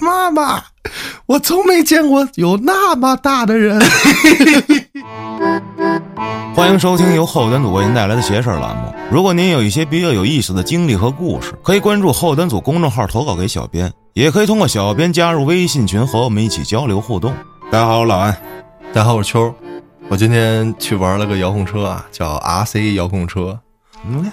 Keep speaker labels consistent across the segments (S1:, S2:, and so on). S1: 妈妈，我从没见过有那么大的人。
S2: 欢迎收听由后端组为您带来的“邪事儿”栏目。如果您有一些比较有意思的经历和故事，可以关注后端组公众号投稿给小编，也可以通过小编加入微信群和我们一起交流互动。大家好，我老安。
S1: 大家好，我是秋儿，我今天去玩了个遥控车啊，叫 RC 遥控车
S2: 嗯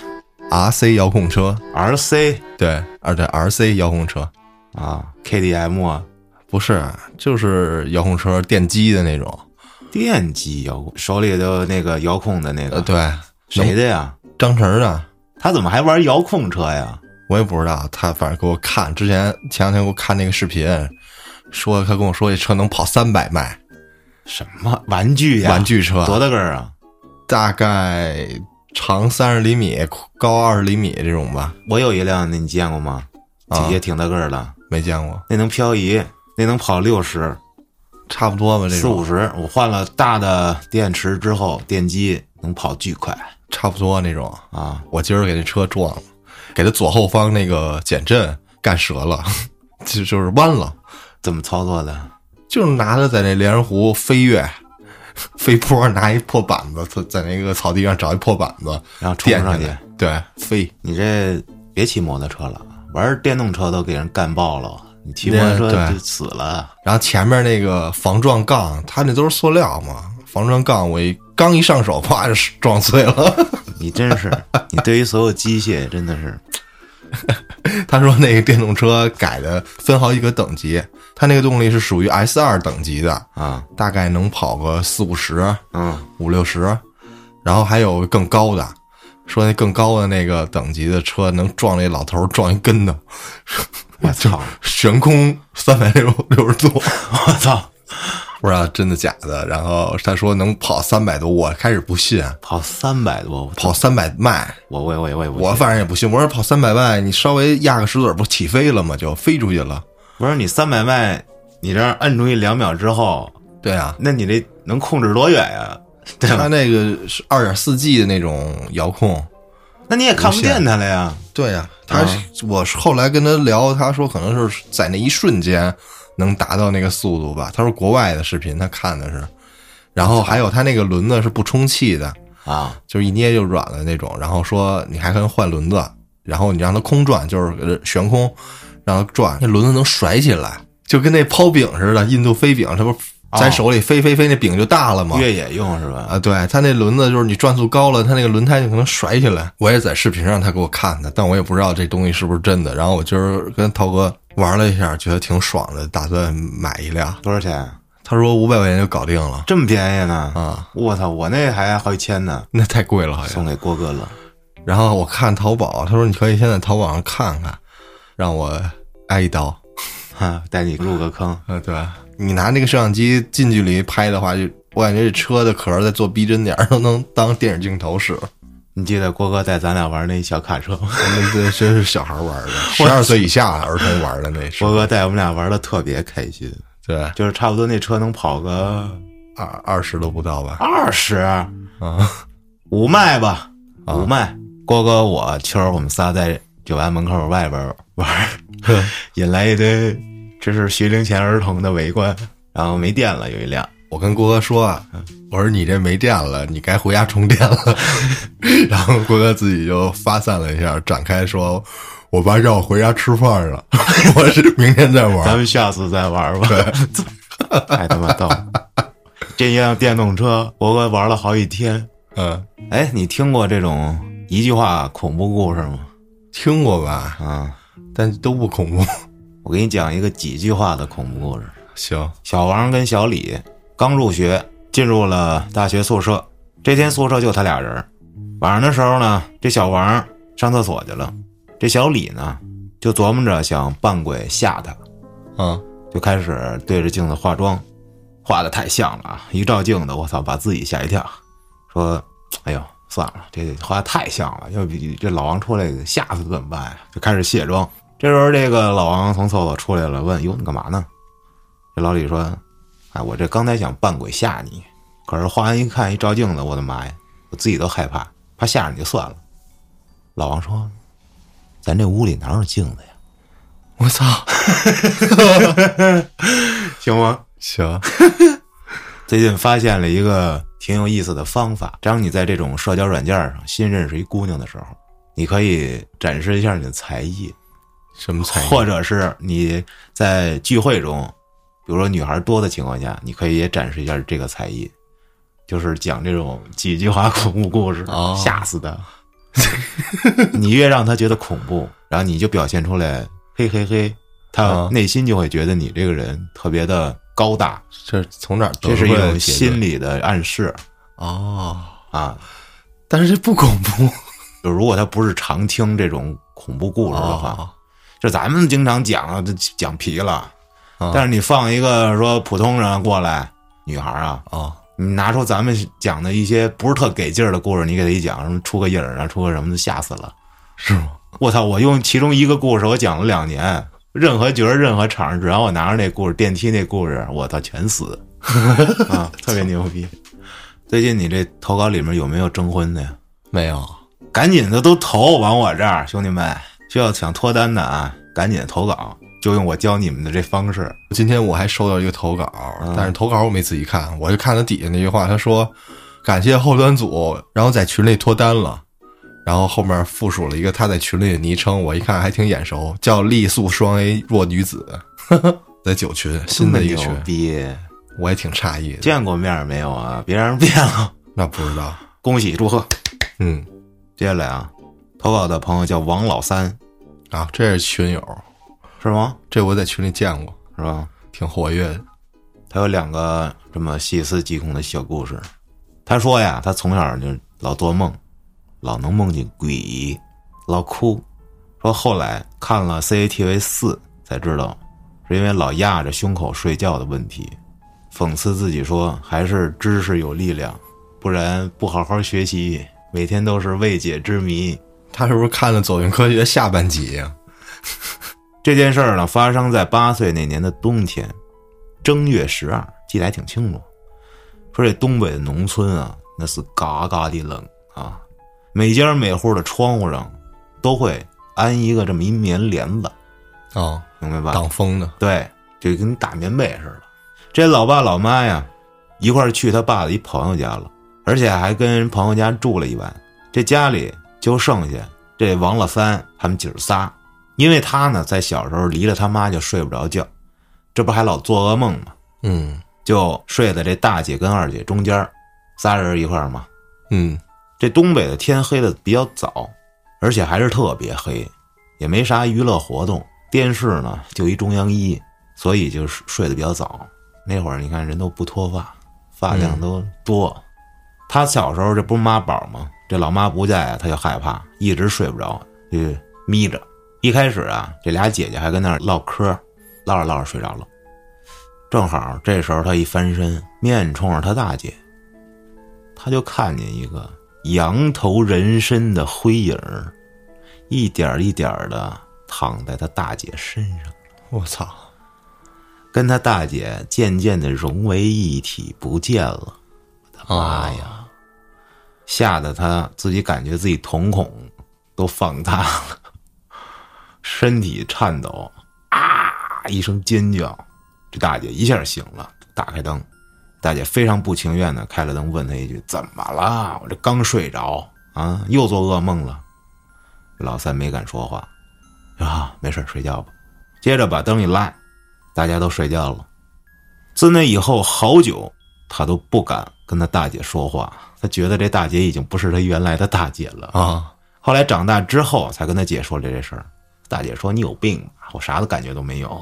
S1: ，RC 遥控车，
S2: ，RC
S1: 对，而且 RC 遥控车
S2: 啊，KDM 啊，
S1: 不是，就是遥控车电机的那种，
S2: 电机遥控，手里的那个遥控的那个，
S1: 呃，对，
S2: 谁的呀？
S1: 张晨儿的，
S2: 他怎么还玩遥控车呀？
S1: 我也不知道，他反正给我看，之前前两天给我看那个视频，说他跟我说这车能跑三百迈，
S2: 什么玩具呀？
S1: 玩具车，
S2: 多大个儿啊？
S1: 大概长三十厘米，高二十厘米这种吧，
S2: 我有一辆，那你见过吗？
S1: 啊
S2: 底下挺大个儿的，
S1: 没见过，
S2: 那能漂移，那能跑六十、
S1: 差不多吧，这
S2: 四
S1: 种
S2: 五十。我换了大的电池之后，电机能跑巨快
S1: 差不多那种。
S2: 啊！
S1: 我今儿给这车撞了，给它左后方那个减震干折了， 就就是弯了，
S2: 怎么操作的？
S1: 就是拿它在那莲人湖飞跃。 飞坡拿一破板子，它在那个草地上找一破板子，
S2: 然后冲
S1: 垫下
S2: 上去
S1: 来，，对，飞。
S2: 你这别骑摩托车了，玩电动车都给人干爆了，你骑摩托车
S1: 对
S2: 就死了。
S1: 然后前面那个防撞杠，它那都是塑料嘛，防撞杠我一刚一上手，啪就撞碎了。
S2: 你真是，你对于所有机械真的是
S1: 他说那个电动车改的分好几个等级，它那个动力是属于 S 二等级的，
S2: 啊，
S1: 大概能跑个四五十、
S2: 嗯，
S1: 五六十，然后还有更高的，说那更高的那个等级的车能撞那老头儿撞一跟头，
S2: 我操，
S1: 悬空三百六六十 度。
S2: 我操，
S1: 不知道啊真的假的，然后他说能跑三百多，我开始不信，
S2: 跑三百多，我
S1: 跑三百迈，
S2: 我我我我也不
S1: 我
S2: 信
S1: 反正也不信，我说跑三百迈，你稍微压个石子儿，不起飞了吗？就飞出去了。
S2: 不是你三百迈，你这样摁出去两秒之后，
S1: 对啊，
S2: 那你这能控制多远呀、对
S1: 它
S2: 吧？
S1: 那个是二点四 G 的那种遥控。
S2: 那你也看不见它了呀。
S1: 对啊，他、我是后来跟他聊，他说可能是在那一瞬间能达到那个速度吧。他说国外的视频他看的是，然后还有他那个轮子是不充气的，
S2: 啊，
S1: 就是一捏就软的那种。然后说你还可以换轮子，然后你让它空转，就是给它悬空，让它转，那轮子能甩起来，就跟那抛饼似的，印度飞饼，它不是在手里飞飞飞，那饼就大了吗？
S2: 越野用是吧？
S1: 啊，对，它那轮子就是你转速高了，它那个轮胎就可能甩起来。我也在视频上他给我看的，但我也不知道这东西是不是真的。然后我今儿跟涛哥玩了一下，觉得挺爽的，打算买一辆。
S2: 多少钱？啊
S1: 他说五百块钱就搞定了
S2: 这么便宜呢？
S1: 啊，
S2: 我操，我那还好几千呢，
S1: 那太贵了好像。
S2: 送给郭哥了。
S1: 然后我看淘宝，他说你可以先在淘宝上看看，让我挨一刀。
S2: 哈，带你入个坑，
S1: 嗯，对，你拿那个摄像机近距离拍的话，就我感觉这车的壳儿再做逼真点儿都能当电影镜头使。
S2: 你记得郭哥带咱俩玩那小卡车吗？
S1: 那这真是小孩玩的，十二岁以下儿童玩的那是
S2: 郭。哥带我们俩玩的特别开心，
S1: 对，啊
S2: 就是差不多那车能跑个
S1: 二二十都不到吧？
S2: 二十
S1: 啊，
S2: 五迈吧，
S1: 啊
S2: 五迈。郭哥、我、秋儿，我们仨在酒吧门口外边玩儿， 引来一堆这是学龄前儿童的围观，然后没电了，有一辆。
S1: 我跟郭哥说啊，我说你这没电了，你该回家充电 了。然后郭哥自己就发散了一下，展开说：“我爸让我回家吃饭了， 我是明天再玩。”
S2: 咱们下次再玩吧。啊 太他妈逗了！这一辆电动车，我哥玩了好几天。
S1: 嗯，
S2: 哎，你听过这种一句话恐怖故事吗？
S1: 听过吧，
S2: 啊，
S1: 但都不恐怖。
S2: 我给你讲一个几句话的恐怖故事。
S1: 行，
S2: 小王跟小李刚入学，进入了大学宿舍。这天宿舍就他俩人儿。晚上的时候呢，这小王上厕所去了，这小李呢就琢磨着想扮鬼吓他，
S1: 嗯，
S2: 就开始对着镜子化妆，化的太像了啊！一照镜子，我操，把自己吓一跳，说：“哎呦，算了，这画得太像了，要比这老王出来给吓死怎么办呀？”就开始卸妆。这时候，这个老王从厕所出来了，问：“哟，你干嘛呢？”这老李说：“哎，我这刚才想扮鬼吓你，可是画完一看，一照镜子，我的妈呀，我自己都害怕，怕吓着你就算了。”老王说：“咱这屋里哪有镜子呀？”
S1: 我操，
S2: 行吗？
S1: 行，
S2: 最近发现了一个挺有意思的方法，当你在这种社交软件上新认识一姑娘的时候，你可以展示一下你的才艺，
S1: 什么才艺？
S2: 或者是你在聚会中，比如说女孩多的情况下，你可以也展示一下这个才艺，就是讲这种几句话恐怖故事，
S1: 哦
S2: 吓死她。 你越让她觉得恐怖，然后你就表现出来，嘿嘿嘿，她
S1: 哦
S2: 内心就会觉得你这个人特别的高大，
S1: 这从哪儿得
S2: 这是一
S1: 出来的
S2: 种
S1: 结
S2: 心
S1: 论
S2: 理的暗示
S1: 哦，
S2: 啊。
S1: 但是这不恐怖
S2: 就如果她不是常听这种恐怖故事的话，
S1: 哦
S2: 就咱们经常讲啊，这讲皮了。
S1: 哦
S2: 但是你放一个说普通人过来，女孩啊，
S1: 哦，
S2: 你拿出咱们讲的一些不是特给劲儿的故事，你给她一讲，什么出个影儿啊，出个什么的，吓死了。
S1: 是吗？
S2: 我操！我用其中一个故事，我讲了两年，任何角儿、任何场儿，只要我拿着那故事，电梯那故事，我操，全死 啊，特别牛逼。最近你这投稿里面有没有征婚的呀？
S1: 没有，
S2: 赶紧的都投往我这儿，兄弟们，需要想脱单的啊，赶紧投稿，就用我教你们的这方式。
S1: 今天我还收到一个投稿，
S2: 嗯
S1: 但是投稿我没仔细看，我就看他底下那句话，他说感谢后端组，然后在群里脱单了，然后后面附属了一个他在群里的昵称，我一看还挺眼熟，叫丽素双 A 弱女子， 在九群新的一个
S2: 这
S1: 群
S2: 么牛，逼，
S1: 我也挺诧异的，
S2: 见过面没有啊？别让人变了。
S1: 那不知道，
S2: 恭喜祝贺。
S1: 嗯
S2: 接下来啊，投稿的朋友叫王老三，
S1: 啊，这是群友，
S2: 是吗？
S1: 这我在群里见过，
S2: 是吧？
S1: 挺活跃的，
S2: 他有两个这么细思极恐的小故事。他说呀，他从小就老做梦，老能梦见鬼，老哭。说后来看了 CCTV 四才知道，是因为老压着胸口睡觉的问题。讽刺自己说，还是知识有力量，不然不好好学习，每天都是未解之谜。
S1: 他是不是看了《走进科学》下半集啊呀、
S2: 这件事儿呢，发生在八岁那年的冬天，正月十二，记得还挺清楚。说这东北的农村啊，那是嘎嘎的冷啊，每家每户的窗户上都会安一个这么一棉帘子，
S1: 哦，
S2: 明白吧？
S1: 挡风的，
S2: 对，就跟大棉被似的。这老爸老妈呀，一块儿去他爸的一朋友家了，而且还跟朋友家住了一晚。这家里就剩下这王老三他们姐儿仨，因为他呢在小时候离了他妈就睡不着觉，这不还老做噩梦吗？
S1: 嗯
S2: 就睡在这大姐跟二姐中间儿，仨人一块儿嘛。
S1: 嗯，
S2: 这东北的天黑的比较早，而且还是特别黑，也没啥娱乐活动。电视呢就一中央一，所以就是睡得比较早。那会儿你看人都不脱发，发量都多。他小时候这不是妈宝吗？这老妈不在呀，啊他就害怕，一直睡不着，就眯着。一开始啊，这俩姐姐还跟那儿唠嗑，唠着唠着睡着了。正好这时候他一翻身，面冲着他大姐，他就看见一个羊头人身的灰影儿，一点儿一点的躺在他大姐身上，
S1: 我操，
S2: 跟他大姐渐渐的融为一体，不见了。
S1: 妈啊
S2: 哎！呀，吓得他自己感觉自己瞳孔都放大了， 身体颤抖，啊一声尖叫，这大姐一下醒了，打开灯，大姐非常不情愿的开了灯，问他一句：“怎么了？我这刚睡着啊，又做噩梦了。”老三没敢说话，啊，没事儿，睡觉吧。接着把灯一拉，大家都睡觉了。自那以后，好久他都不敢跟他大姐说话，他觉得这大姐已经不是他原来的大姐了。
S1: 啊，
S2: 后来长大之后才跟他姐说了这事儿，大姐说你有病吧，我啥的感觉都没有，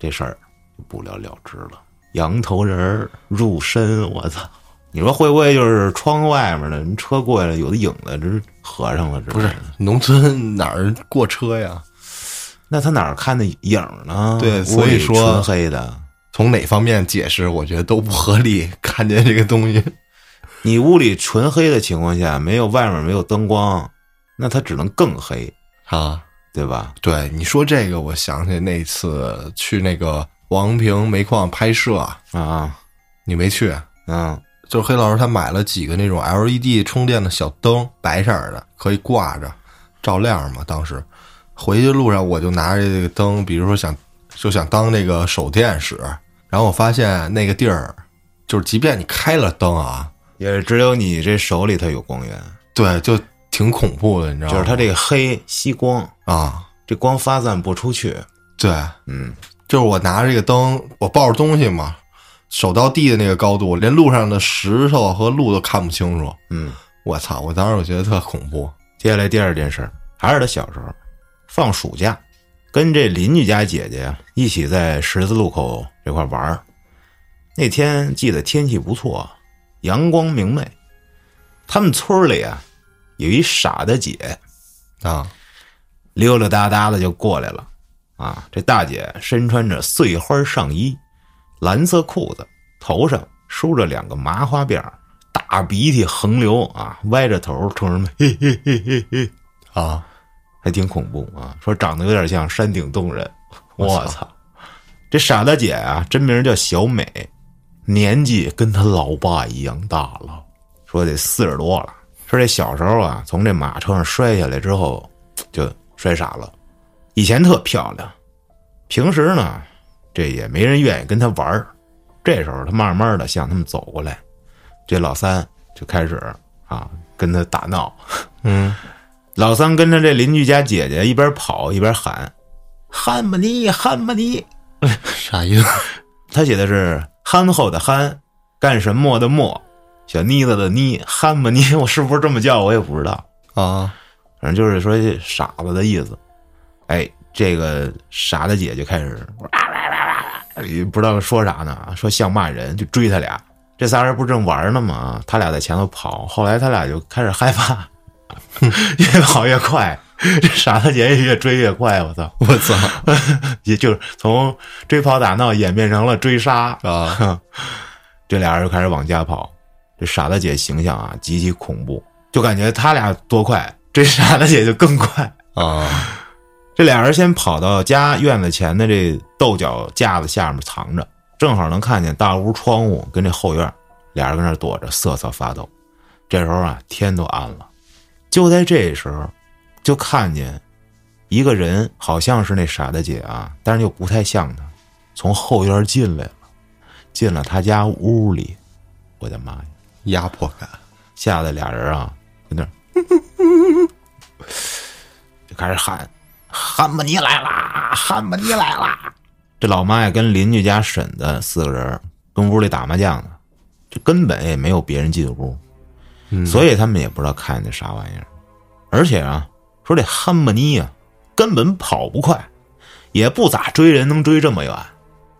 S2: 这事儿就不了了之了。羊头人儿入深，我操！你说会不会就是窗外面的人车过来了，有的影子这是合上了？不
S1: 不是，农村哪儿过车呀？
S2: 那他哪儿看的影儿呢？
S1: 对
S2: 屋
S1: 所以
S2: 里
S1: 说
S2: 纯黑的，
S1: 从哪方面解释，我觉得都不合理。看见这个东西，
S2: 你屋里纯黑的情况下，没有外面没有灯光，那它只能更黑，
S1: 啊，
S2: 对吧？
S1: 对你说这个，我想起那次去那个王平煤矿拍摄，
S2: 啊，
S1: 你没去？
S2: 嗯，
S1: 就是黑老师他买了几个那种 E LED 充电的小灯，白色儿的，可以挂着照亮嘛。当时回去路上我就拿着这个灯，比如说想就想当那个手电使，然后我发现那个地儿，就是即便你开了灯啊，
S2: 也是只有你这手里头有光源，
S1: 对，就挺恐怖的，你知道吗？
S2: 就是它这个黑吸光，
S1: 啊，
S2: 这光发散不出去。
S1: 对，
S2: 嗯，
S1: 就是我拿着这个灯，我抱着东西嘛，手到地的那个高度，连路上的石头和路都看不清楚。
S2: 嗯，
S1: 我操！我当时我觉得特恐怖。
S2: 接下来第二件事儿，还是他小时候，放暑假，跟这邻居家姐姐呀一起在十字路口这块玩儿。那天记得天气不错，阳光明媚。他们村儿里啊，有一傻大姐，
S1: 啊，
S2: 溜溜达达的就过来了。啊，这大姐身穿着碎花上衣，蓝色裤子，头上梳着两个麻花辫儿，大鼻涕横流啊，歪着头冲人们嘿嘿嘿嘿嘿，
S1: 啊，
S2: 还挺恐怖啊。说长得有点像山顶洞人，
S1: 我
S2: 我操！这傻大姐啊，真名叫小美，年纪跟她老爸一样大了，说得四十多了。说这小时候啊，从这马车上摔下来之后，就摔傻了。以前特漂亮，平时呢，这也没人愿意跟她玩儿。这时候她慢慢的向他们走过来，这老三就开始啊跟她打闹。
S1: 嗯，
S2: 老三跟着这邻居家姐姐一边跑一边喊：“憨吧你，憨吧你
S1: 啥意思？！”
S2: 他写的是“憨厚的憨，干什么的么，小妮子的妮，憨吧你”，我是不是这么叫我也不知道，
S1: 啊，
S2: 反正就是说傻子的意思。哎，这个傻的姐就开始哇哇哇哇，也不知道说啥呢，说像骂人，就追他俩。这仨人不正玩呢吗？他俩在前头跑，后来他俩就开始害怕， 越跑越快，这傻大姐也越追越快，我操！
S1: 我操！
S2: 也就是从追跑打闹演变成了追杀，
S1: 啊，
S2: 这俩人就开始往家跑。这傻大姐形象啊极其恐怖，就感觉他俩多快，这傻大姐就更快。
S1: 啊，
S2: 这俩人先跑到家院子前的这豆角架子下面藏着，正好能看见大屋窗户跟这后院，俩人跟那儿躲着瑟瑟发抖。这时候啊，天都暗了。就在这时候，就看见一个人，好像是那傻大姐啊，但是又不太像她，从后院进来了，进了她家屋里。我的妈呀！
S1: 压迫感。
S2: 吓得俩人啊，在那儿 就开始喊：“汉吧你来啦，汉吧你来啦！”这老妈呀，跟邻居家婶子四个人跟屋里打麻将呢，这根本也没有别人进屋，所以他们也不知道看见啥玩意儿。而且啊，说这汉巴尼啊，根本跑不快，也不咋追人，能追这么远。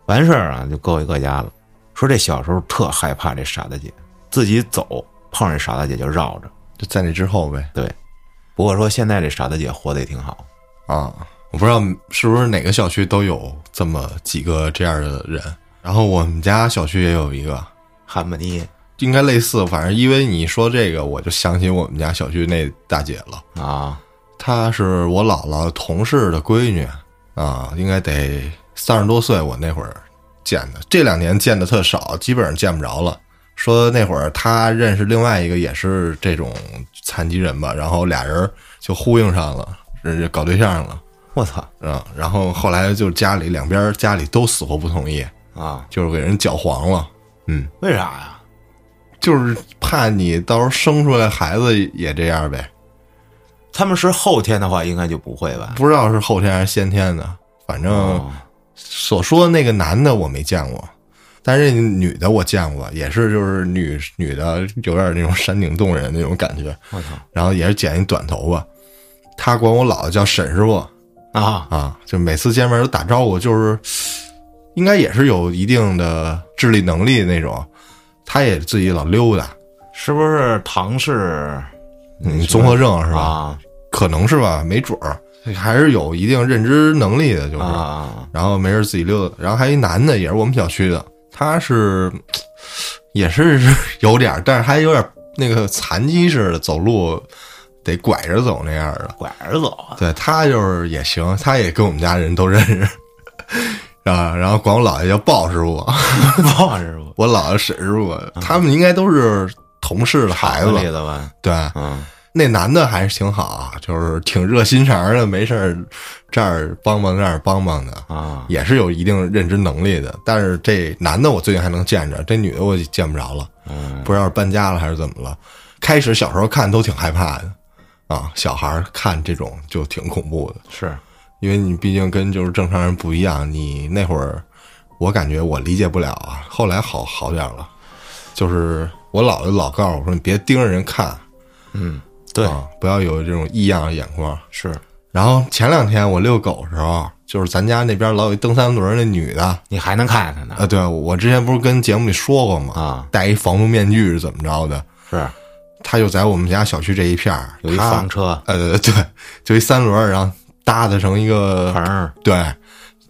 S2: 完事儿啊，就各回各家了。说这小时候特害怕这傻大姐，自己走碰上傻大姐就绕着。
S1: 就在那之后呗。
S2: 对，不过说现在这傻大姐活得也挺好，
S1: 啊，我不知道是不是哪个小区都有这么几个这样的人。然后我们家小区也有一个，
S2: 汉巴尼
S1: 应该类似，反正因为你说这个，我就想起我们家小区那大姐了。
S2: 啊，
S1: 她是我姥姥同事的闺女啊，应该得三十多岁。我那会儿见的，这两年见的特少，基本上见不着了。说那会儿她认识另外一个也是这种残疾人吧，然后俩人就呼应上了，是搞对象了。
S2: 我操
S1: 啊，然后后来就家里两边家里都死活不同意，
S2: 啊，
S1: 就是给人搅黄了。嗯，
S2: 为啥呀？
S1: 就是怕你到时候生出来孩子也这样呗，
S2: 他们是后天的话，应该就不会吧？
S1: 不知道是后天还是先天的，反正
S2: 哦
S1: 所说那个男的我没见过，但是女的我见过，也是就是女女的有点那种山顶洞人那种感觉，
S2: 我操
S1: 然后也是剪一短头发，她管我姥姥叫沈师傅，
S2: 啊！
S1: 啊，就每次见面都打招呼，就是应该也是有一定的智力能力那种。他也自己老溜达，
S2: 是不是唐氏？
S1: 嗯，综合症是吧？
S2: 啊
S1: 可能是吧，没准儿，还是有一定认知能力的，就是。
S2: 啊
S1: 然后没事自己溜达，然后还一男的也是我们小区的，他是也是有点儿，但是还有点儿那个残疾似的，走路得拐着走那样的。
S2: 拐着走啊！
S1: 对他就是也行，他也跟我们家人都认识 啊。然后管我姥爷叫鲍师傅，
S2: 报是不？
S1: 我姥爷沈师傅，他们应该都是同事的孩
S2: 厂
S1: 子
S2: 子。里的吧？
S1: 对，
S2: 嗯
S1: 那男的还是挺好啊，就是挺热心肠的，没事儿这儿帮帮那儿帮帮的，
S2: 啊，
S1: 也是有一定认知能力的。但是这男的我最近还能见着，这女的我就见不着了，
S2: 嗯
S1: 不知道是搬家了还是怎么了。开始小时候看都挺害怕的啊，小孩儿看这种就挺恐怖的，
S2: 是，
S1: 因为你毕竟跟就是正常人不一样。你那会儿我感觉我理解不了啊，后来好好点儿了，就是我姥姥老告诉我说你别盯着人看。
S2: 嗯，对，
S1: 啊，不要有这种异样的眼光。
S2: 是
S1: 然后前两天我遛狗的时候，就是咱家那边老有一蹬三轮儿那女的，
S2: 你还能看见他呢
S1: 啊，对我之前不是跟节目里说过吗？
S2: 啊，
S1: 戴一防毒面具是怎么着的？
S2: 是
S1: 她就在我们家小区这一片儿，
S2: 有一
S1: 她
S2: 房车
S1: 呃， 对，就一三轮儿，然后搭的成一个
S2: 盆，儿
S1: 对，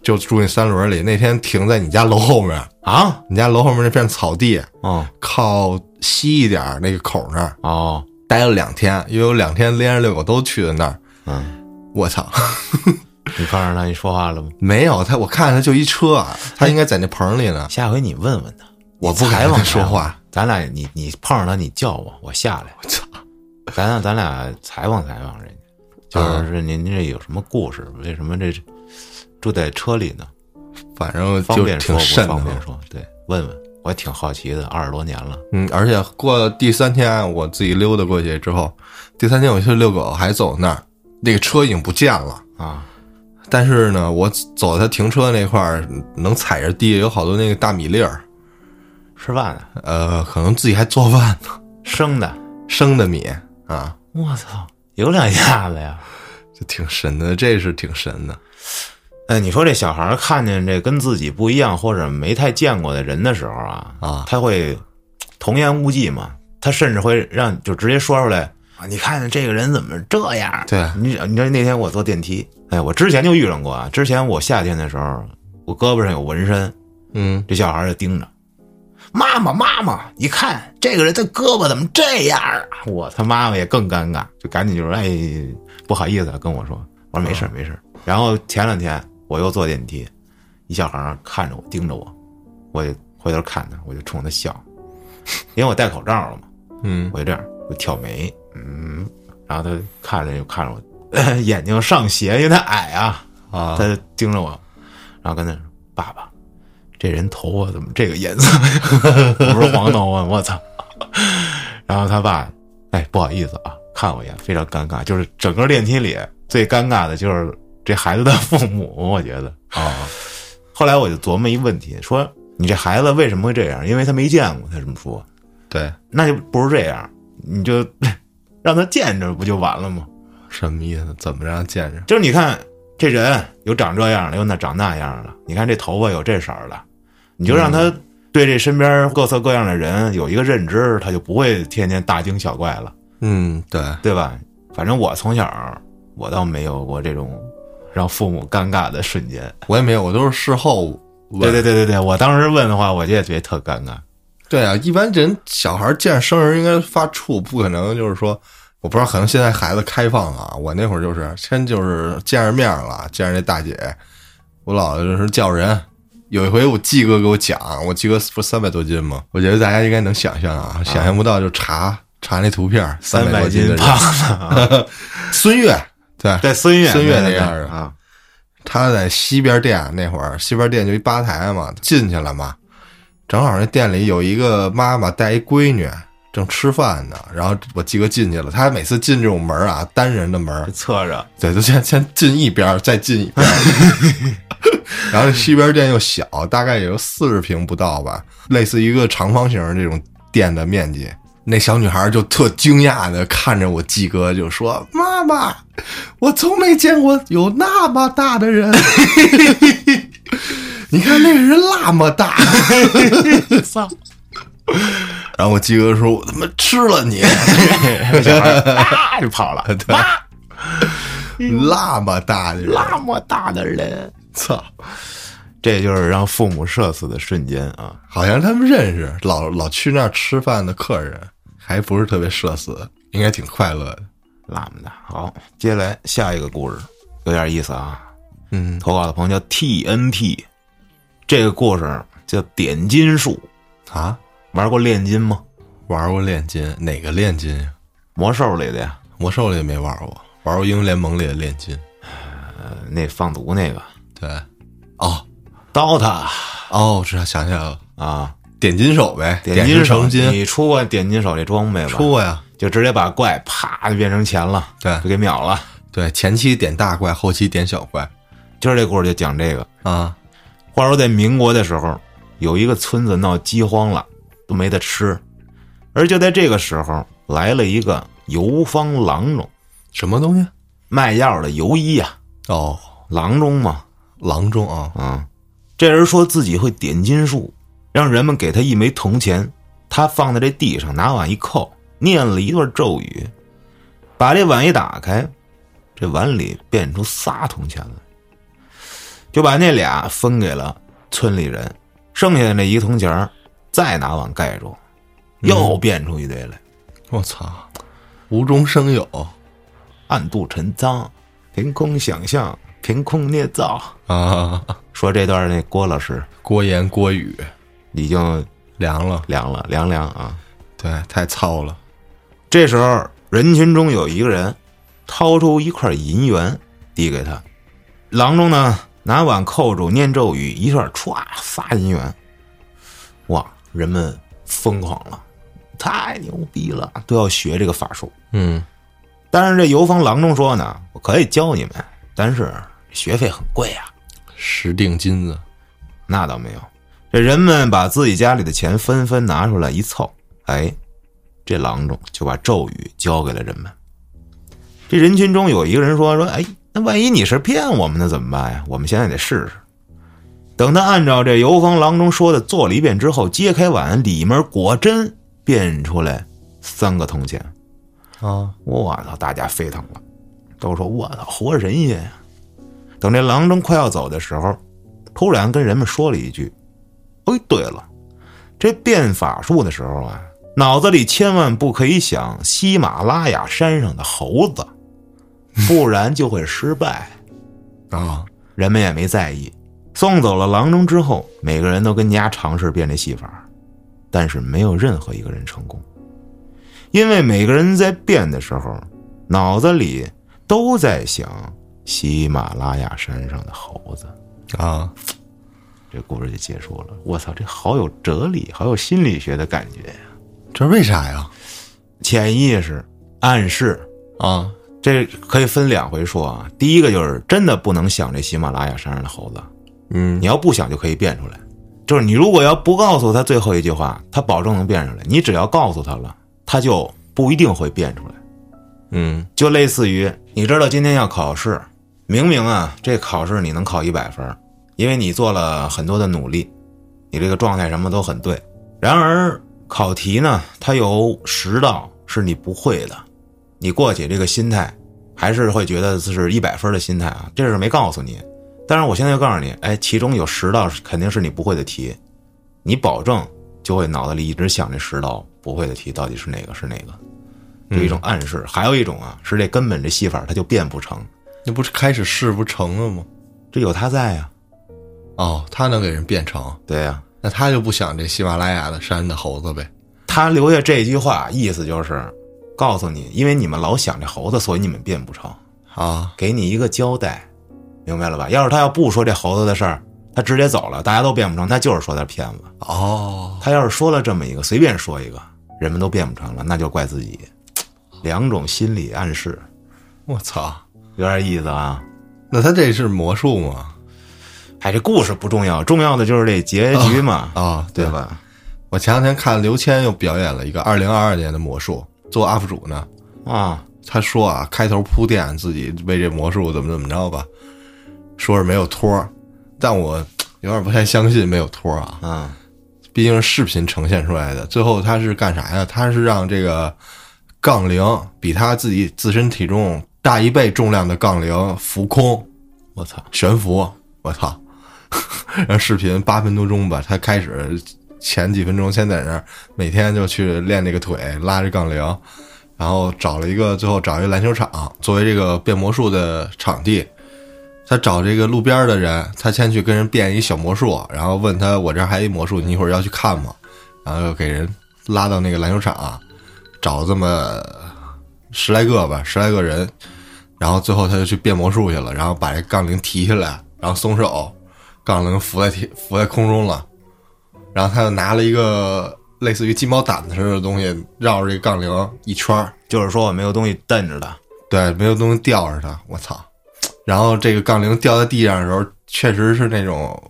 S1: 就住那三轮儿里。那天停在你家楼后面，
S2: 啊，
S1: 你家楼后面那片草地
S2: 哦
S1: 靠西一点儿那个口那儿
S2: 哦，
S1: 待了两天，因为我两天连着遛狗都去的那儿。
S2: 嗯，
S1: 我操！
S2: 你看着他，你说话了吗？
S1: 没有他，我看他就一车，他应该在那棚里呢。
S2: 下回你问问他，
S1: 我
S2: 你
S1: 不
S2: 采
S1: 敢 跟
S2: 访他
S1: 他说话，
S2: 咱俩你你碰上他，你叫我，我下来。我操， 咱俩咱俩采访采访人家，
S1: 嗯
S2: 就是您这有什么故事？为什么这住在车里呢？
S1: 反正
S2: 方
S1: 就
S2: 便说
S1: 挺
S2: 不
S1: 瘆得
S2: 方
S1: 慌
S2: 便。说？对，问问，我挺好奇的，二十多年了，
S1: 嗯，而且过了第三天，啊我自己溜达过去之后，第三天我去遛狗，还走那儿，那个车已经不见了。
S2: 啊
S1: 但是呢，我走他停车那块儿，能踩着地，有好多那个大米粒儿，
S2: 吃饭呢，
S1: 呃，可能自己还做饭呢，
S2: 生的，
S1: 生的米啊，
S2: 我操，有两下子呀！
S1: 就挺神的，这是挺神的。
S2: 哎，你说这小孩儿看见这跟自己不一样或者没太见过的人的时候啊，
S1: 啊
S2: 他会童言无忌嘛？他甚至会让就直接说出来啊！你看看这个人怎么这样？
S1: 对
S2: 你你知道那天我坐电梯，哎，我之前就遇上过啊。之前我夏天的时候，我胳膊上有纹身，
S1: 嗯，
S2: 这小孩儿就盯着。妈妈，妈妈，你看这个人的胳膊怎么这样啊？我他妈妈也更尴尬，就赶紧就说：“哎，不好意思啊，跟我说。”我说：“没事儿，没事儿。”然后前两天我又坐电梯，一小孩儿看着我，盯着我，我也回头看他，我就冲他笑， 因为我戴口罩了嘛，
S1: 嗯，
S2: 我就这样，我挑眉，嗯，然后他看着就看着我， 眼睛上斜，因为他矮啊，
S1: 啊，
S2: 他盯着我，然后跟他说：“爸爸，这人头发怎么这个颜色？” 我说：“黄头发， 我操！”然后他爸，哎，不好意思啊，看我一眼，非常尴尬。就是整个电梯里最尴尬的就是这孩子的父母， 我觉得。
S1: 啊，
S2: 后来我就琢磨一问题，说你这孩子为什么会这样？因为他没见过，他这么说，
S1: 对，
S2: 那就不如这样，你就 让他见着不就完了吗？
S1: 什么意思？怎么让他见着？
S2: 就是你看这人有长这样的，有那长那样的，你看这头发有这色儿的，你就让他
S1: 嗯
S2: 对这身边各色各样的人有一个认知，他就不会天天大惊小怪了，
S1: 嗯，对，
S2: 对吧？反正我从小我倒没有过这种让父母尴尬的瞬间。
S1: 我也没有，我都是事后问。
S2: 对对对对对，我当时问的话，我也觉得特尴尬。
S1: 对啊，一般人小孩见生人应该发怵，不可能就是说，我不知道，可能现在孩子开放了啊。我那会儿就是先就是见着面了，见着那大姐，我姥姥就是叫人。有一回我季哥给我讲，我季哥不 是三百多斤吗？我觉得大家应该能想象啊，想象不到就查查那图片，三
S2: 三
S1: 多
S2: 百
S1: 斤的
S2: 斤
S1: 人
S2: 胖子， 啊
S1: 孙悦，对，
S2: 对孙悦
S1: 孙悦那
S2: 对对
S1: 样的
S2: 啊，
S1: 他在西边店那会儿，西边店就一吧台嘛，进去了嘛，正好那店里有一个妈妈带一闺女正吃饭呢，然后我季哥进去了，他每次进这种门儿啊，单人的门儿
S2: 就，侧着
S1: 对，就先先进一边儿，再进一边儿。 然后西边店又小，大概也就四十平不到吧，类似一个长方形这种店的面积。那小女孩就特惊讶的看着我季哥，就说：“妈妈，我从没见过有那么大的人， 你看那个人那么大。”
S2: 操，
S1: 然后我季哥说：“我他妈吃了你，
S2: 小孩儿啊就跑了，哇，
S1: 那么大的人，
S2: 那么大的人。
S1: 操！”
S2: 这就是让父母社死的瞬间啊！
S1: 好像他们认识，老老去那儿吃饭的客人，还不是特别社死，应该挺快乐的。
S2: 那么的好，接下来下一个故事有点意思啊！
S1: 嗯
S2: 投稿的朋友叫 TNT，这个故事啊叫点金术，
S1: 啊，
S2: 玩过炼金吗？
S1: 玩过炼金，哪个炼金呀？
S2: 魔兽里的呀，
S1: 魔兽里没玩过，玩过英雄联盟里的炼金。
S2: 呃那放毒那个
S1: 对，哦
S2: DOTA
S1: 哦，知道想起来了，
S2: 啊，
S1: 点金手呗，
S2: 点
S1: 金
S2: 金手
S1: 成金，
S2: 你出过点金手这装备吧？
S1: 出过呀。
S2: 就直接把怪啪就变成钱了，
S1: 对
S2: 就给秒了。
S1: 对，前期点大怪，后期点小怪
S2: 今儿这故事就讲这个。
S1: 啊。
S2: 话说在民国的时候，有一个村子闹饥荒了，都没得吃，而就在这个时候，来了一个游方郎中，
S1: 什么东西？
S2: 卖药的游医呀、
S1: 哦，
S2: 郎中嘛，
S1: 郎中啊，
S2: 啊，这人说自己会点金术，让人们给他一枚铜钱，他放在这地上，拿碗一扣，念了一段咒语，把这碗一打开，这碗里变出仨铜钱来，就把那俩分给了村里人，剩下的那一铜钱儿再拿碗盖住，又变出一堆来，
S1: 我操，无中生有
S2: 暗度陈仓，凭空想象，凭空捏造。
S1: 啊！
S2: 说这段那郭老师
S1: 郭言郭语
S2: 已经
S1: 凉了，
S2: 凉了，凉凉啊。
S1: 对，太糙了。
S2: 这时候，人群中有一个人掏出一块银元递给他，郎中呢拿碗扣住，念咒语，一下歘仨银元，哇，人们疯狂了，太牛逼了，都要学这个法术。
S1: 嗯，
S2: 但是这游方郎中说呢，我可以教你们，但是学费很贵啊。
S1: 十锭金子，
S2: 那倒没有，这人们把自己家里的钱纷纷拿出来一凑，哎，这郎中就把咒语交给了人们。这人群中有一个人说说，哎，那万一你是骗我们的怎么办呀？我们现在得试试。等他按照这游方郎中说的做了一遍之后，揭开碗，里面果真变出来三个铜钱。
S1: 啊，
S2: 我操！大家沸腾了，都说我操，活神仙呀、等这郎中快要走的时候，突然跟人们说了一句：“哎，对了，这变法术的时候啊，脑子里千万不可以想喜马拉雅山上的猴子，不然就会失败。
S1: 啊，”
S2: 人们也没在意。送走了郎中之后，每个人都跟家尝试变这戏法，但是没有任何一个人成功，因为每个人在变的时候，脑子里都在想喜马拉雅山上的猴子。
S1: 啊，
S2: 这故事就结束了。我操，这好有哲理，好有心理学的感觉呀！
S1: 这是为啥呀？
S2: 潜意识暗示，
S1: 啊，
S2: 这可以分两回说啊。第一个就是真的不能想这喜马拉雅山上的猴子，
S1: 嗯
S2: 你要不想就可以变出来。就是你如果要不告诉他最后一句话，他保证能变出来。你只要告诉他了，他就不一定会变出来。
S1: 嗯
S2: 就类似于你知道今天要考试，明明啊这考试你能考一百分儿，因为你做了很多的努力，你这个状态什么都很对。然而考题呢，它有十道是你不会的，你过去这个心态还是会觉得是一百分的心态啊，这是没告诉你。但是我现在就告诉你，哎，其中有十道是肯定是你不会的题，你保证就会脑子里一直想这十道不会的题到底是哪个是哪个。有一种暗示，还有一种啊，是这根本这戏法它就变不成，
S1: 那不是开始试不成了吗？
S2: 这有他在呀、
S1: 哦，他能给人变成，
S2: 对啊呀、
S1: 那他就不想这喜马拉雅的山的猴子呗？
S2: 他留下这句话意思就是，告诉你，因为你们老想这猴子，所以你们变不成，
S1: 啊，
S2: 给你一个交代，明白了吧？要是他要不说这猴子的事儿，他直接走了，大家都变不成，他就是说他是骗子。
S1: 哦，
S2: 他要是说了这么一个，随便说一个，人们都变不成了，那就怪自己。两种心理暗示，
S1: 我操，
S2: 有点意思啊。
S1: 那他这是魔术吗？
S2: 哎，这故事不重要，重要的就是这结局嘛，
S1: 啊，
S2: 对
S1: 对
S2: 吧？
S1: 我前两天看刘谦又表演了一个二零二二年的魔术，做 UP 主呢。
S2: 啊，
S1: 他说啊，开头铺垫自己为这魔术怎么怎么着吧，说是没有托儿，但我有点不太相信没有托儿啊，
S2: 嗯。
S1: 毕竟是视频呈现出来的。最后他是干啥呀？他是让这个杠铃比他自己自身体重大一倍重量的杠铃浮空
S2: 我操！
S1: 悬浮，我操！然后视频八分多钟吧，他开始前几分钟先在那儿每天就去练那个腿，拉着杠铃，然后找了一个最后找一个篮球场作为这个变魔术的场地。他找这个路边的人，他先去跟人变一小魔术，然后问他我这儿还有一魔术，你一会儿要去看啊吗？然后又给人拉到那个篮球场，找这么十来个吧，十来个人，然后最后他就去变魔术去了，然后把这杠铃提起来，然后松手，杠铃浮在天浮在空中了，然后他又拿了一个类似于鸡毛掸子似的东西绕着这杠铃一圈儿，
S2: 就是说我没有东西蹬着它，
S1: 对，没有东西吊着它，我操！然后这个杠铃掉在地上的时候，确实是那种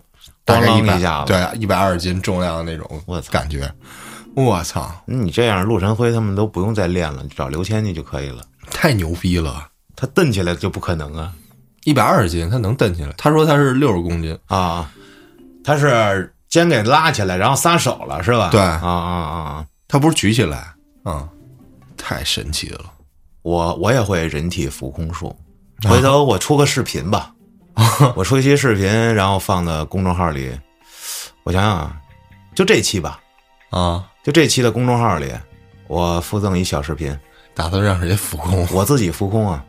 S1: 大概
S2: 咣啷
S1: 一百
S2: 一下子
S1: 对一百二十斤重量的那种
S2: 我操
S1: 感觉，我操，
S2: 你这样陆晨辉他们都不用再练了，你找刘谦去就可以了。
S1: 太牛逼了！
S2: 他蹬起来就不可能啊
S1: 一百二十斤，他能蹬起来。他说他是六十公斤，
S2: 啊！他是先给拉起来，然后撒手了是吧？
S1: 对
S2: 啊啊啊啊！
S1: 他不是举起来啊、嗯太神奇了！
S2: 我我也会人体浮空术，回头我出个视频吧，我出一期视频，然后放到公众号里。我想想啊，就这期吧，
S1: 啊！
S2: 就这期的公众号里，我附赠一小视频，
S1: 打算让谁浮空？
S2: 我自己浮空啊，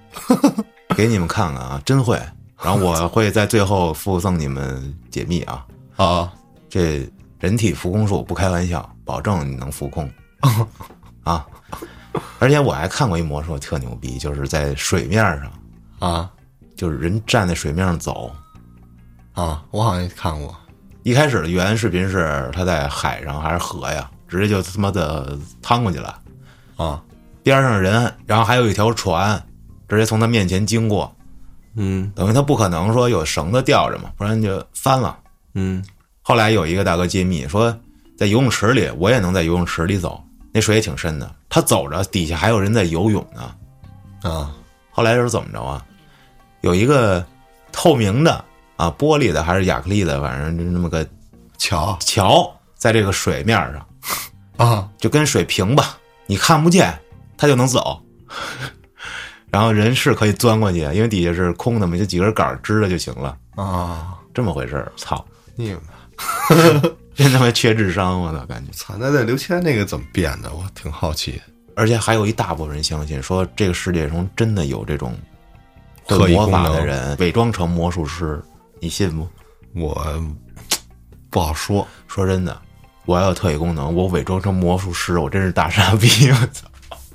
S2: 给你们看看啊，真会。然后我会在最后附赠你们解密啊，
S1: 啊！
S2: 这人体浮空术不开玩笑，保证你能浮空啊！而且我还看过一魔术，特牛逼，就是在水面上。
S1: 啊
S2: 就是人站在水面上走。
S1: 啊！我好像也看过
S2: 一开始的原视频是他在海上还是河呀，直接就他妈的趟过去了，
S1: 啊，
S2: 边上人，然后还有一条船，直接从他面前经过，
S1: 嗯
S2: 等于他不可能说有绳子吊着嘛，不然就翻了。
S1: 嗯
S2: 后来有一个大哥揭秘说，在游泳池里我也能在游泳池里走，那水也挺深的，他走着底下还有人在游泳呢。
S1: 啊
S2: 后来是怎么着啊？有一个透明的啊，玻璃的还是亚克力的，反正就那么个
S1: 瞧
S2: 桥在这个水面上，
S1: 啊
S2: 就跟水平吧，你看不见，它就能走。 然后人是可以钻过去，因为底下是空的嘛，就几根杆儿支着就行了，
S1: 啊！
S2: 这么回事儿。操，
S1: 你们
S2: 真他妈缺智商，我操，感觉。
S1: 操！那那刘谦那个怎么变的？我挺好奇。
S2: 而且还有一大部分人相信，说这个世界中真的有这种
S1: 特异
S2: 会魔
S1: 功
S2: 法
S1: 能
S2: 的人伪装成魔术师，你信不？
S1: 我不好说，
S2: 说真的，我要有特异功能，我伪装成魔术师，我真是大傻逼！我操。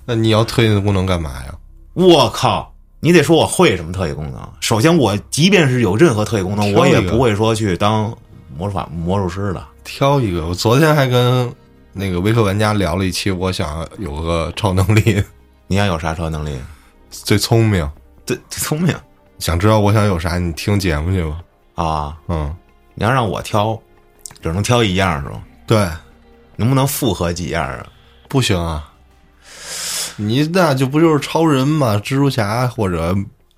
S1: 那你要特异的功能干嘛呀？
S2: 我靠！你得说我会什么特异功能。首先，我即便是有任何特异功能，
S1: 挑
S2: 我
S1: 一个
S2: 也不会说去当魔术法魔术师的。
S1: 挑一个。我昨天还跟那个微课玩家聊了一期，我想有个超能力，
S2: 你想有啥超能力？
S1: 最聪明。
S2: 这这聪明
S1: 想知道我想有啥，你听节目去吧。
S2: 啊！
S1: 嗯，
S2: 你要让我挑，只能挑一样是吧？
S1: 对，
S2: 能不能复合几样啊？
S1: 不行啊，你那就不就是超人嘛，蜘蛛侠或者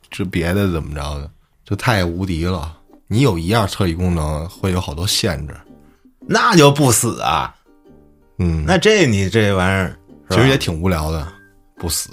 S1: 这别的怎么着的，就太无敌了。你有一样特异功能，会有好多限制。
S2: 那就不死啊！
S1: 嗯，
S2: 那这你这玩意儿
S1: 其实
S2: 是
S1: 也
S2: 吧？
S1: 挺无聊的，不死，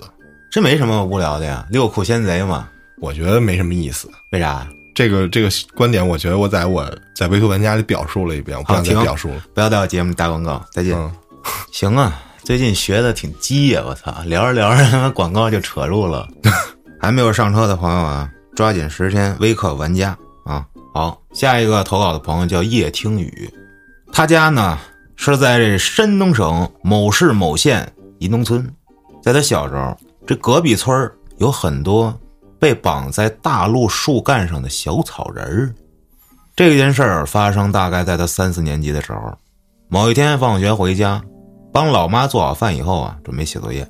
S2: 这没什么无聊的呀，六库仙贼嘛？
S1: 我觉得没什么意思。
S2: 为啥？
S1: 这个这个观点，我觉得我在我在维图玩家里表述了一遍，我不
S2: 好
S1: 想再
S2: 停
S1: 表述了。
S2: 不要在我节目里打广告，再见。
S1: 嗯，
S2: 行啊，最近学的挺鸡呀、我操！聊着聊着， 他妈广告就扯住了。 还没有上车的朋友啊，抓紧时间微课玩家啊！好，下一个投稿的朋友叫叶听雨，他家呢是在这山东省某市某县一农村，在他小时候，这隔壁村儿有很多被绑在大路树干上的小草人儿。这件事儿发生大概在他三四年级的时候，某一天放学回家，帮老妈做好饭以后啊，准备写作业。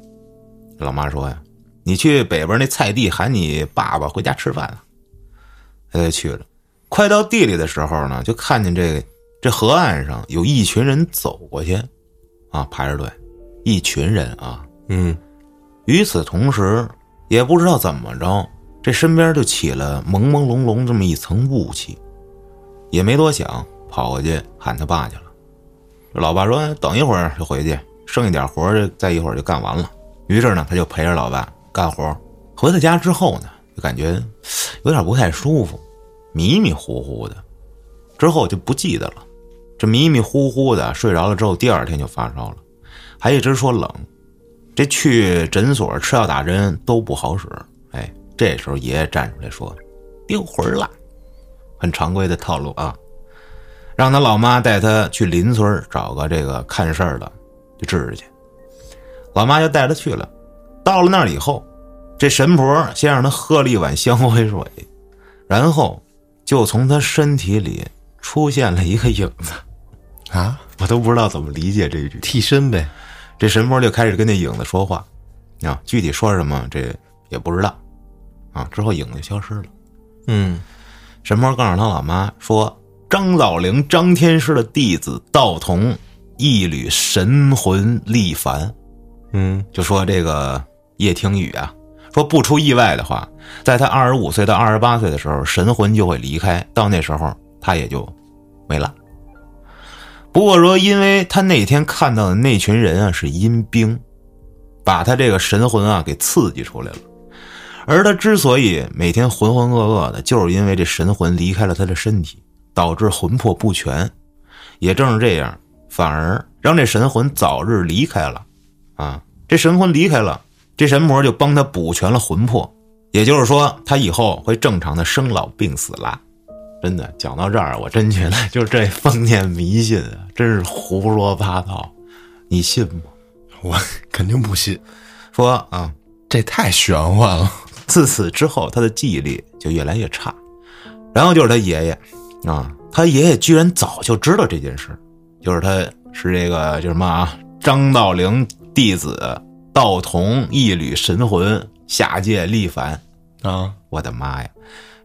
S2: 老妈说呀：“你去北边那菜地喊你爸爸回家吃饭、啊。”他就去了。快到地里的时候呢，就看见这这河岸上有一群人走过去，啊，排着队，一群人啊。
S1: 嗯，
S2: 与此同时，也不知道怎么着，这身边就起了朦朦胧胧这么一层雾气，也没多想，跑过去喊他爸去了。老爸说：“哎等一会儿就回去，剩一点活儿再一会儿就干完了。”于是呢，他就陪着老爸干活儿。回到家之后呢，就感觉嘶有点不太舒服，迷迷糊糊的，之后就不记得了。这迷迷糊糊的睡着了之后，第二天就发烧了，还一直说冷。这去诊所吃药打针都不好使。哎，这时候爷爷站出来说：“丢魂儿了。”很常规的套路啊，让他老妈带他去邻村儿找个这个看事儿的，就治治去。老妈就带他去了。到了那儿以后，这神婆先让他喝了一碗香灰水，然后就从他身体里出现了一个影子，
S1: 啊，
S2: 我都不知道怎么理解这一句。
S1: 替身呗，
S2: 这神婆就开始跟那影子说话，啊，具体说什么这也不知道，啊，之后影子就消失了。
S1: 嗯，
S2: 神婆告诉他老妈说，张藻灵张天师的弟子道童一缕神魂力凡，
S1: 嗯，
S2: 就说这个叶听雨啊，说不出意外的话，在他二十五岁到二十八岁的时候，神魂就会离开，到那时候他也就没了。不过说，因为他那天看到的那群人啊是阴兵，把他这个神魂啊给刺激出来了。而他之所以每天浑浑噩噩的，就是因为这神魂离开了他的身体，导致魂魄不全。也正是这样，反而让这神魂早日离开了。啊，这神魂离开了，这神魔就帮他补全了魂魄，也就是说，他以后会正常的生老病死啦。真的，讲到这儿，我真觉得就这封建迷信啊，真是胡说八道，你信吗？
S1: 我肯定不信，
S2: 说啊，
S1: 这太玄幻了。
S2: 自此之后，他的记忆力就越来越差。然后就是他爷爷啊，他爷爷居然早就知道这件事，就是他是这个叫什么啊，张道陵弟子道童一缕神魂下界力凡。
S1: 啊，
S2: 我的妈呀！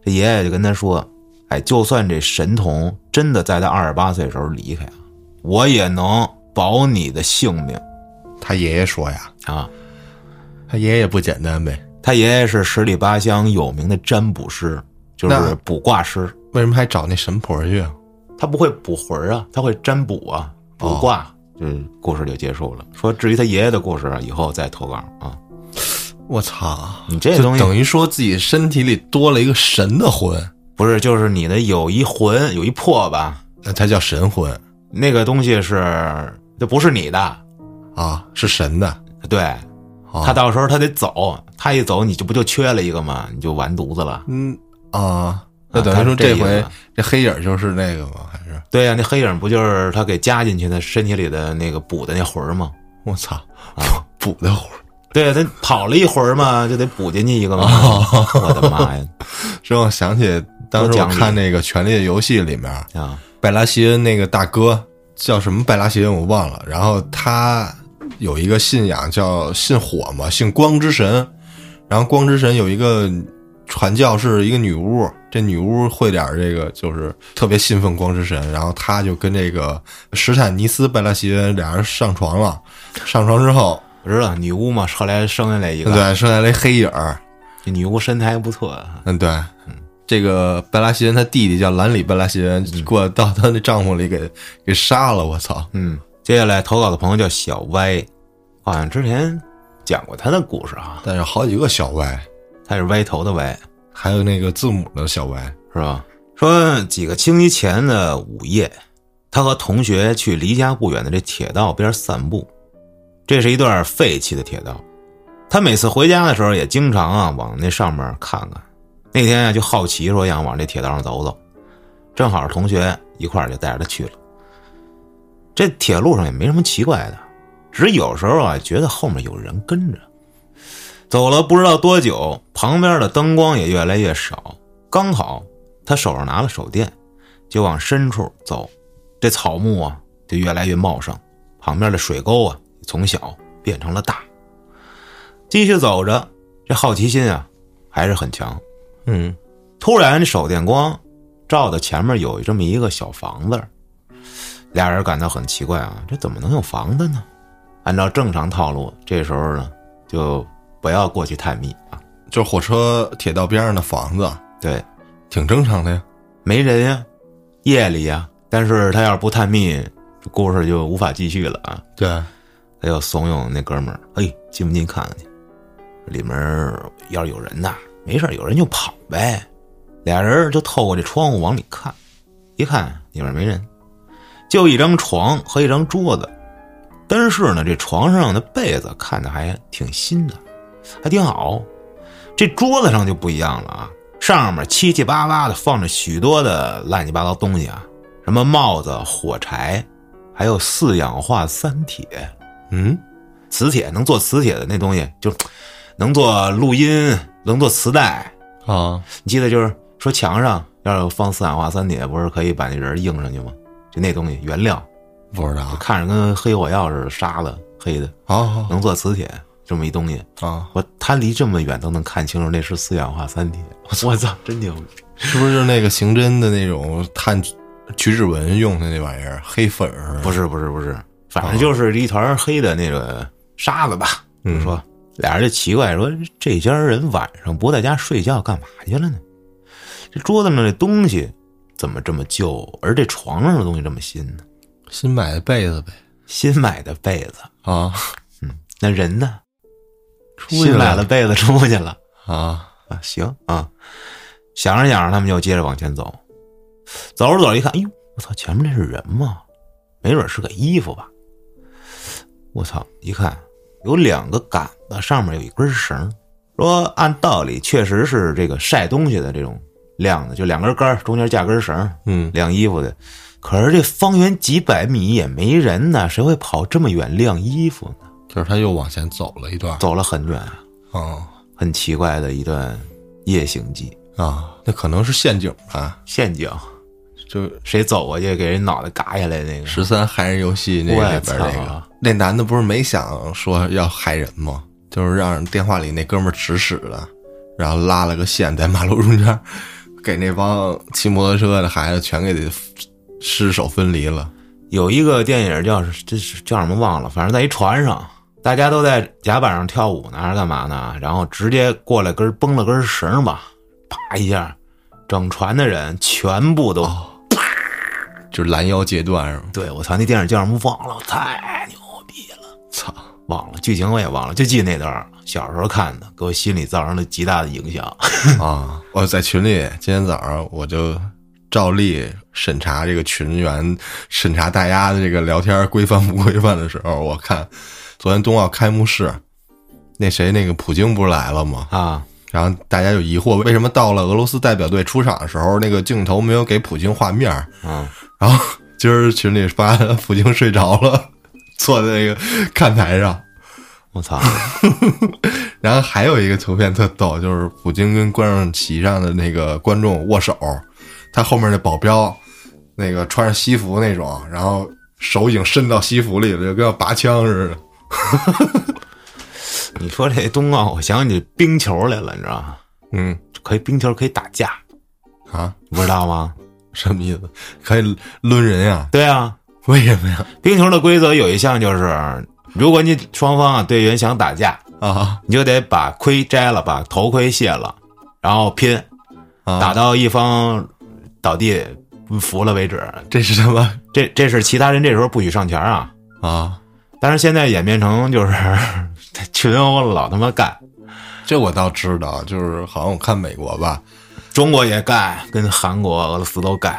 S2: 这爷爷就跟他说：“哎，就算这神童真的在他二十八岁的时候离开啊，我也能保你的性命
S1: 他爷爷说呀，
S2: 啊。”
S1: 他爷爷不简单呗，
S2: 他爷爷是十里八乡有名的占卜师，就是
S1: 那
S2: 卜卦师。
S1: 为什么还找那神婆去啊？
S2: 他不会卜魂儿啊，他会占卜啊，卜卦。哦就是故事就结束了。说至于他爷爷的故事，以后再投稿啊。
S1: 我操，
S2: 你这
S1: 就
S2: 东西
S1: 等于说自己身体里多了一个神的魂，
S2: 不是，就是你的有一魂有一魄吧？
S1: 那才呃叫神魂
S2: 那个东西是这不是你的，
S1: 啊，是神的。
S2: 对
S1: 啊
S2: 他到时候他得走，他一走你就不就缺了一个吗？你就完犊子了。
S1: 嗯啊，那等
S2: 他
S1: 于说
S2: 是这
S1: 这
S2: 意思
S1: 回这黑影就是那个吗？还是
S2: 对呀、那黑影不就是他给加进去的身体里的那个补的那魂儿吗？
S1: 我操，
S2: 啊
S1: 补的魂儿，
S2: 对，他跑了一会儿嘛，就得补进去一个 嘛。我的妈呀！
S1: 让我想起当
S2: 多
S1: 时我
S2: 讲理
S1: 看那个《权力的游戏》里面，
S2: 啊，
S1: 拜拉希恩那个大哥叫什么？拜拉希恩我忘了。然后他有一个信仰叫信火嘛，信光之神。然后光之神有一个传教是一个女巫，这女巫会点儿这个，就是特别信奉光之神。然后她就跟这个史坦尼斯拜拉希恩俩人上床了。上床之后，
S2: 我知道女巫嘛，后来生下来一个，
S1: 对，生下来一黑影儿。
S2: 这女巫身材还不错啊。
S1: 嗯，对，这个拜拉希恩他弟弟叫兰里拜拉希恩，过来到他那帐篷里给给杀了。我操！
S2: 嗯，接下来投稿的朋友叫小歪，好像之前讲过他的故事啊，
S1: 但是好几个小歪，
S2: 他是歪头的歪，
S1: 还有那个字母的小歪，
S2: 是吧？说几个星期前的午夜，他和同学去离家不远的这铁道边散步。这是一段废弃的铁道，他每次回家的时候也经常啊往那上面看看。那天啊就好奇说想往这铁道上走走，正好同学一块儿就带着他去了。这铁路上也没什么奇怪的，只是有时候啊觉得后面有人跟着。走了不知道多久，旁边的灯光也越来越少。刚好他手上拿了手电，就往深处走。这草木啊，就越来越茂盛，旁边的水沟啊，从小变成了大。继续走着，这好奇心啊，还是很强。
S1: 嗯，
S2: 突然，这手电光照到前面有这么一个小房子儿，俩人感到很奇怪啊，这怎么能有房子呢？按照正常套路，这时候呢，就不要过去探秘啊。
S1: 就是火车铁道边上的房子，
S2: 对，
S1: 挺正常的呀。
S2: 没人呀、夜里呀、但是他要是不探秘，故事就无法继续了啊！
S1: 对，
S2: 他就怂恿那哥们儿，嘿，进不进看看去？里面要是有人呐，没事儿有人就跑呗。俩人就透过这窗户往里看，一看里面没人，就一张床和一张桌子。但是呢，这床上的被子看着还挺新的，还挺好。这桌子上就不一样了啊，上面七七八八的放着许多的乱七八糟东西啊，什么帽子、火柴，还有四氧化三铁。
S1: 嗯，
S2: 磁铁能做磁铁的那东西，就能做录音，能做磁带。
S1: 啊，
S2: 你记得就是说墙上要是放四氧化三铁，不是可以把那人映上去吗？就那东西原料，
S1: 不知道
S2: 看着跟黑火药似的，沙子黑的，
S1: 啊
S2: 能做磁铁这么一东西。
S1: 啊，
S2: 我他离这么远都能看清楚，那是四氧化三铁。我操，真牛逼！
S1: 是不是就是那个刑侦的那种探徐志文用的那玩意儿，黑粉儿？
S2: 不是不是不是，反正就是一团黑的那个沙子吧。
S1: 嗯
S2: 就说俩人就奇怪说，这家人晚上不在家睡觉干嘛去了呢？这桌子上的东西怎么这么旧，而这床上的东西这么新呢？
S1: 新买的被子呗
S2: 新买的被子，
S1: 啊
S2: 那人呢？
S1: 出去了
S2: 新买了被子出去了
S1: 啊
S2: 啊，行啊。想着想着，他们就接着往前走，走着走着一看，哎呦，我操，前面那是人吗？没准是个衣服吧。我操！一看有两个杆子，上面有一根绳。说按道理确实是这个晒东西的这种晾的，就两根杆儿，中间架根绳，
S1: 嗯
S2: 晾衣服的。可是这方圆几百米也没人呢，谁会跑这么远晾衣服呢？
S1: 就是他又往前走了一段，
S2: 走了很远，
S1: 啊
S2: 很奇怪的一段夜行记
S1: 啊，那可能是陷阱吧？
S2: 陷阱，
S1: 就
S2: 谁走过去给人脑袋嘎下来那个，
S1: 十三害人游戏那
S2: 我
S1: 里边那
S2: 操啊
S1: 个，那男的不是没想说要害人吗？就是让电话里那哥们儿指使的，然后拉了个线在马路中间，给那帮骑摩托车的孩子全给尸首分离了。
S2: 有一个电影叫这是叫什么忘了，反正在一船上，大家都在甲板上跳舞呢，还是干嘛呢？然后直接过来根崩了根绳吧，啪一下，整船的人全部都、
S1: 就是拦腰截断是吗？
S2: 对我操！那电影叫什么忘了，太牛逼了，
S1: 操！
S2: 忘了剧情我也忘了，就记那段儿小时候看的，给我心里造成了极大的影响。
S1: 啊！我在群里今天早上我就照例审查这个群员，审查大家的这个聊天规范不规范的时候，我看昨天冬奥开幕式，那谁那个普京不是来了吗？
S2: 啊，
S1: 然后大家就疑惑，为什么到了俄罗斯代表队出场的时候，那个镜头没有给普京画面儿？
S2: 嗯，
S1: 然后 今儿群里发 的普京睡着了，坐在那个看台上。
S2: 我操，
S1: 然后还有一个图片特逗，就是普京跟观众席上的那个观众握手，他后面那保镖，那个穿着西服那种，然后手已经伸到西服里了，就跟要拔枪似的。
S2: 你说这冬奥，我想起冰球来了，你知道吗？
S1: 嗯
S2: 可以冰球可以打架，
S1: 啊，
S2: 你不知道吗？
S1: 什么意思？可以抡人呀、
S2: 对啊，
S1: 为什么呀？
S2: 冰球的规则有一项就是，如果你双方啊队员想打架，
S1: 啊
S2: 你就得把盔摘了，把头盔卸了，然后拼，
S1: 啊！
S2: 打到一方倒地服了为止。
S1: 这是什么
S2: 这这是其他人这时候不许上前啊。
S1: 啊？
S2: 但是现在演变成就是 群殴老他妈干，
S1: 这我倒知道，就是好像我看美国吧，
S2: 中国也干，跟韩国、俄罗斯都干。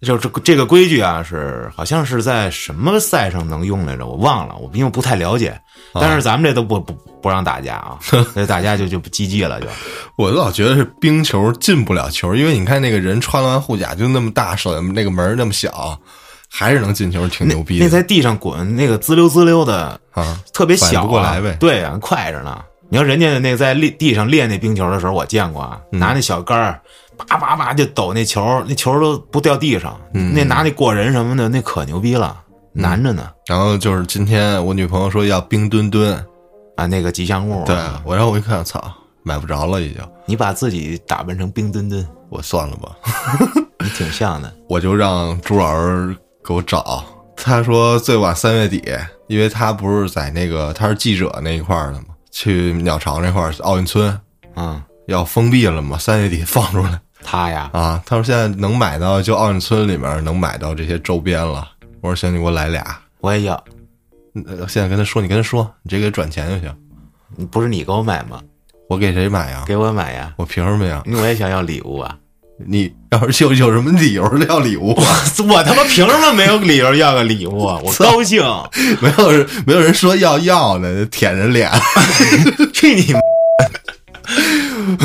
S2: 就这这个规矩啊，是好像是在什么赛上能用来着，我忘了，我因为不太了解。但是咱们这都不不不让打架啊，所以打架就就不积极了，就
S1: 我老觉得是冰球进不了球，因为你看那个人穿完护甲就那么大，手那个门儿那么小，还是能进球，挺牛逼
S2: 那
S1: 的
S2: 在地上滚，那个滋溜滋溜的，
S1: 啊！
S2: 特别小、
S1: 反应
S2: 啊，
S1: 不过来呗
S2: 对啊，快着呢。你要人家那在地地上练那冰球的时候，我见过啊，拿那小杆儿，叭叭叭就抖那球，那球都不掉地上。那拿那过人什么的，那可牛逼了，难着呢。
S1: 然后就是今天我女朋友说要冰墩墩，
S2: 啊，那个吉祥物、
S1: 对，我然后我一看，操，买不着了已经，
S2: 你把自己打扮成冰墩墩，
S1: 我算了吧，
S2: 你挺像的。
S1: 我就让朱老师给我找。他说最晚三月底，因为他不是在那个他是记者那一块儿的嘛，去鸟巢那块儿奥运村
S2: 嗯，
S1: 要封闭了嘛，三月底放出来。
S2: 他呀，
S1: 啊，他说现在能买到就奥运村里面能买到这些周边了。我说行，你给我来俩。
S2: 我也要。
S1: 呃现在跟他说，你跟他说，你直接给他转钱就行。
S2: 你不是你给我买吗？
S1: 我给谁买呀？
S2: 给我买呀！
S1: 我凭什么呀？
S2: 我也想要礼物啊！
S1: 你要是有有什么理由要礼物？
S2: 我他妈凭什么没有理由要个礼物啊？我高兴，
S1: 没有人没有人说要要呢，舔着脸。
S2: 去 你妈！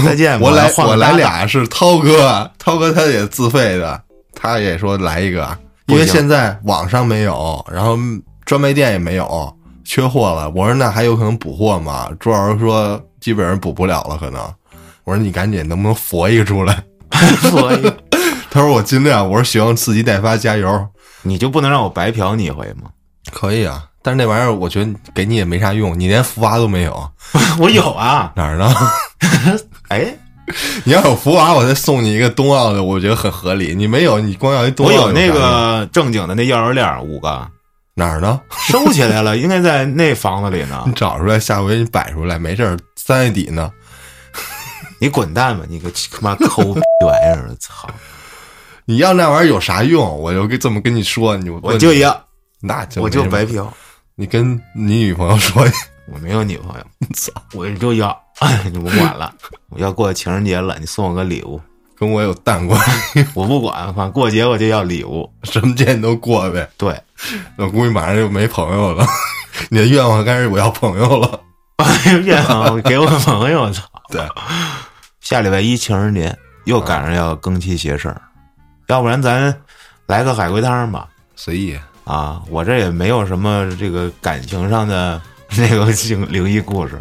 S2: 再见吧！
S1: 我来
S2: 换个
S1: 我来
S2: 搭档，
S1: 俩是涛哥，涛哥他也自费的，他也说来一个，因为
S2: 不行
S1: 现在网上没有，然后专卖店也没有，缺货了。我说那还有可能补货吗？朱老师说基本上补不了了，可能。我说你赶紧能不能佛一个出来？
S2: 所以
S1: 他说我尽量。我说行，自己代发，加油。
S2: 你就不能让我白嫖你一回吗？
S1: 可以啊，但是那玩意儿我觉得给你也没啥用，你连福娃都没有，
S2: 我有啊，
S1: 哪儿呢？
S2: 哎，
S1: 你要有福娃，我再送你一个冬奥的，我觉得很合理。你没有，你光要一冬
S2: 我
S1: 奥
S2: 有
S1: 啥
S2: 那
S1: 用
S2: 个正经的那钥匙链儿五个，
S1: 哪儿呢？
S2: 收起来了，应该在那房子里呢
S1: 你。找出来，下回你摆出来，没事儿，三月底呢。
S2: 你滚蛋吧，你个他妈抠逼玩意儿！操，
S1: 你要那玩意儿有啥用？我就跟这么跟你说，你问
S2: 我就
S1: 你
S2: 要，
S1: 那就
S2: 我就
S1: 没什么
S2: 白嫖，
S1: 你跟你女朋友说，
S2: 我没有女朋友，我就要， 你不管了，我要过情人节了，你送我个礼物，
S1: 跟我有淡关，
S2: 我不管，反正过节我就要礼物。
S1: 什么节你都过呗。
S2: 对，
S1: 我估计马上就没朋友了， 你的愿望开始我要朋友了。
S2: 愿望给我朋 友，操！
S1: 对，
S2: 下礼拜一情人节又赶上要更期邪事儿，要不然咱来个海龟汤吧。
S1: 随意，
S2: 啊，我这也没有什么这个感情上的 那个灵灵异故事，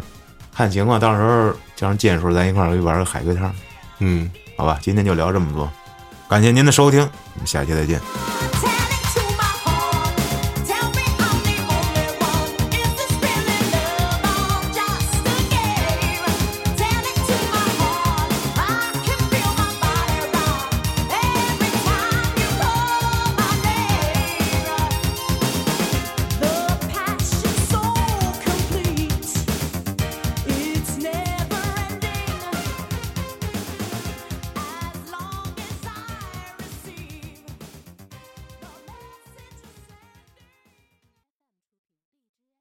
S2: 看情况，到时候叫上剑叔咱一块儿去玩个海龟汤，
S1: 嗯。
S2: 好吧？今天就聊这么多，感谢您的收听，我们下期再见。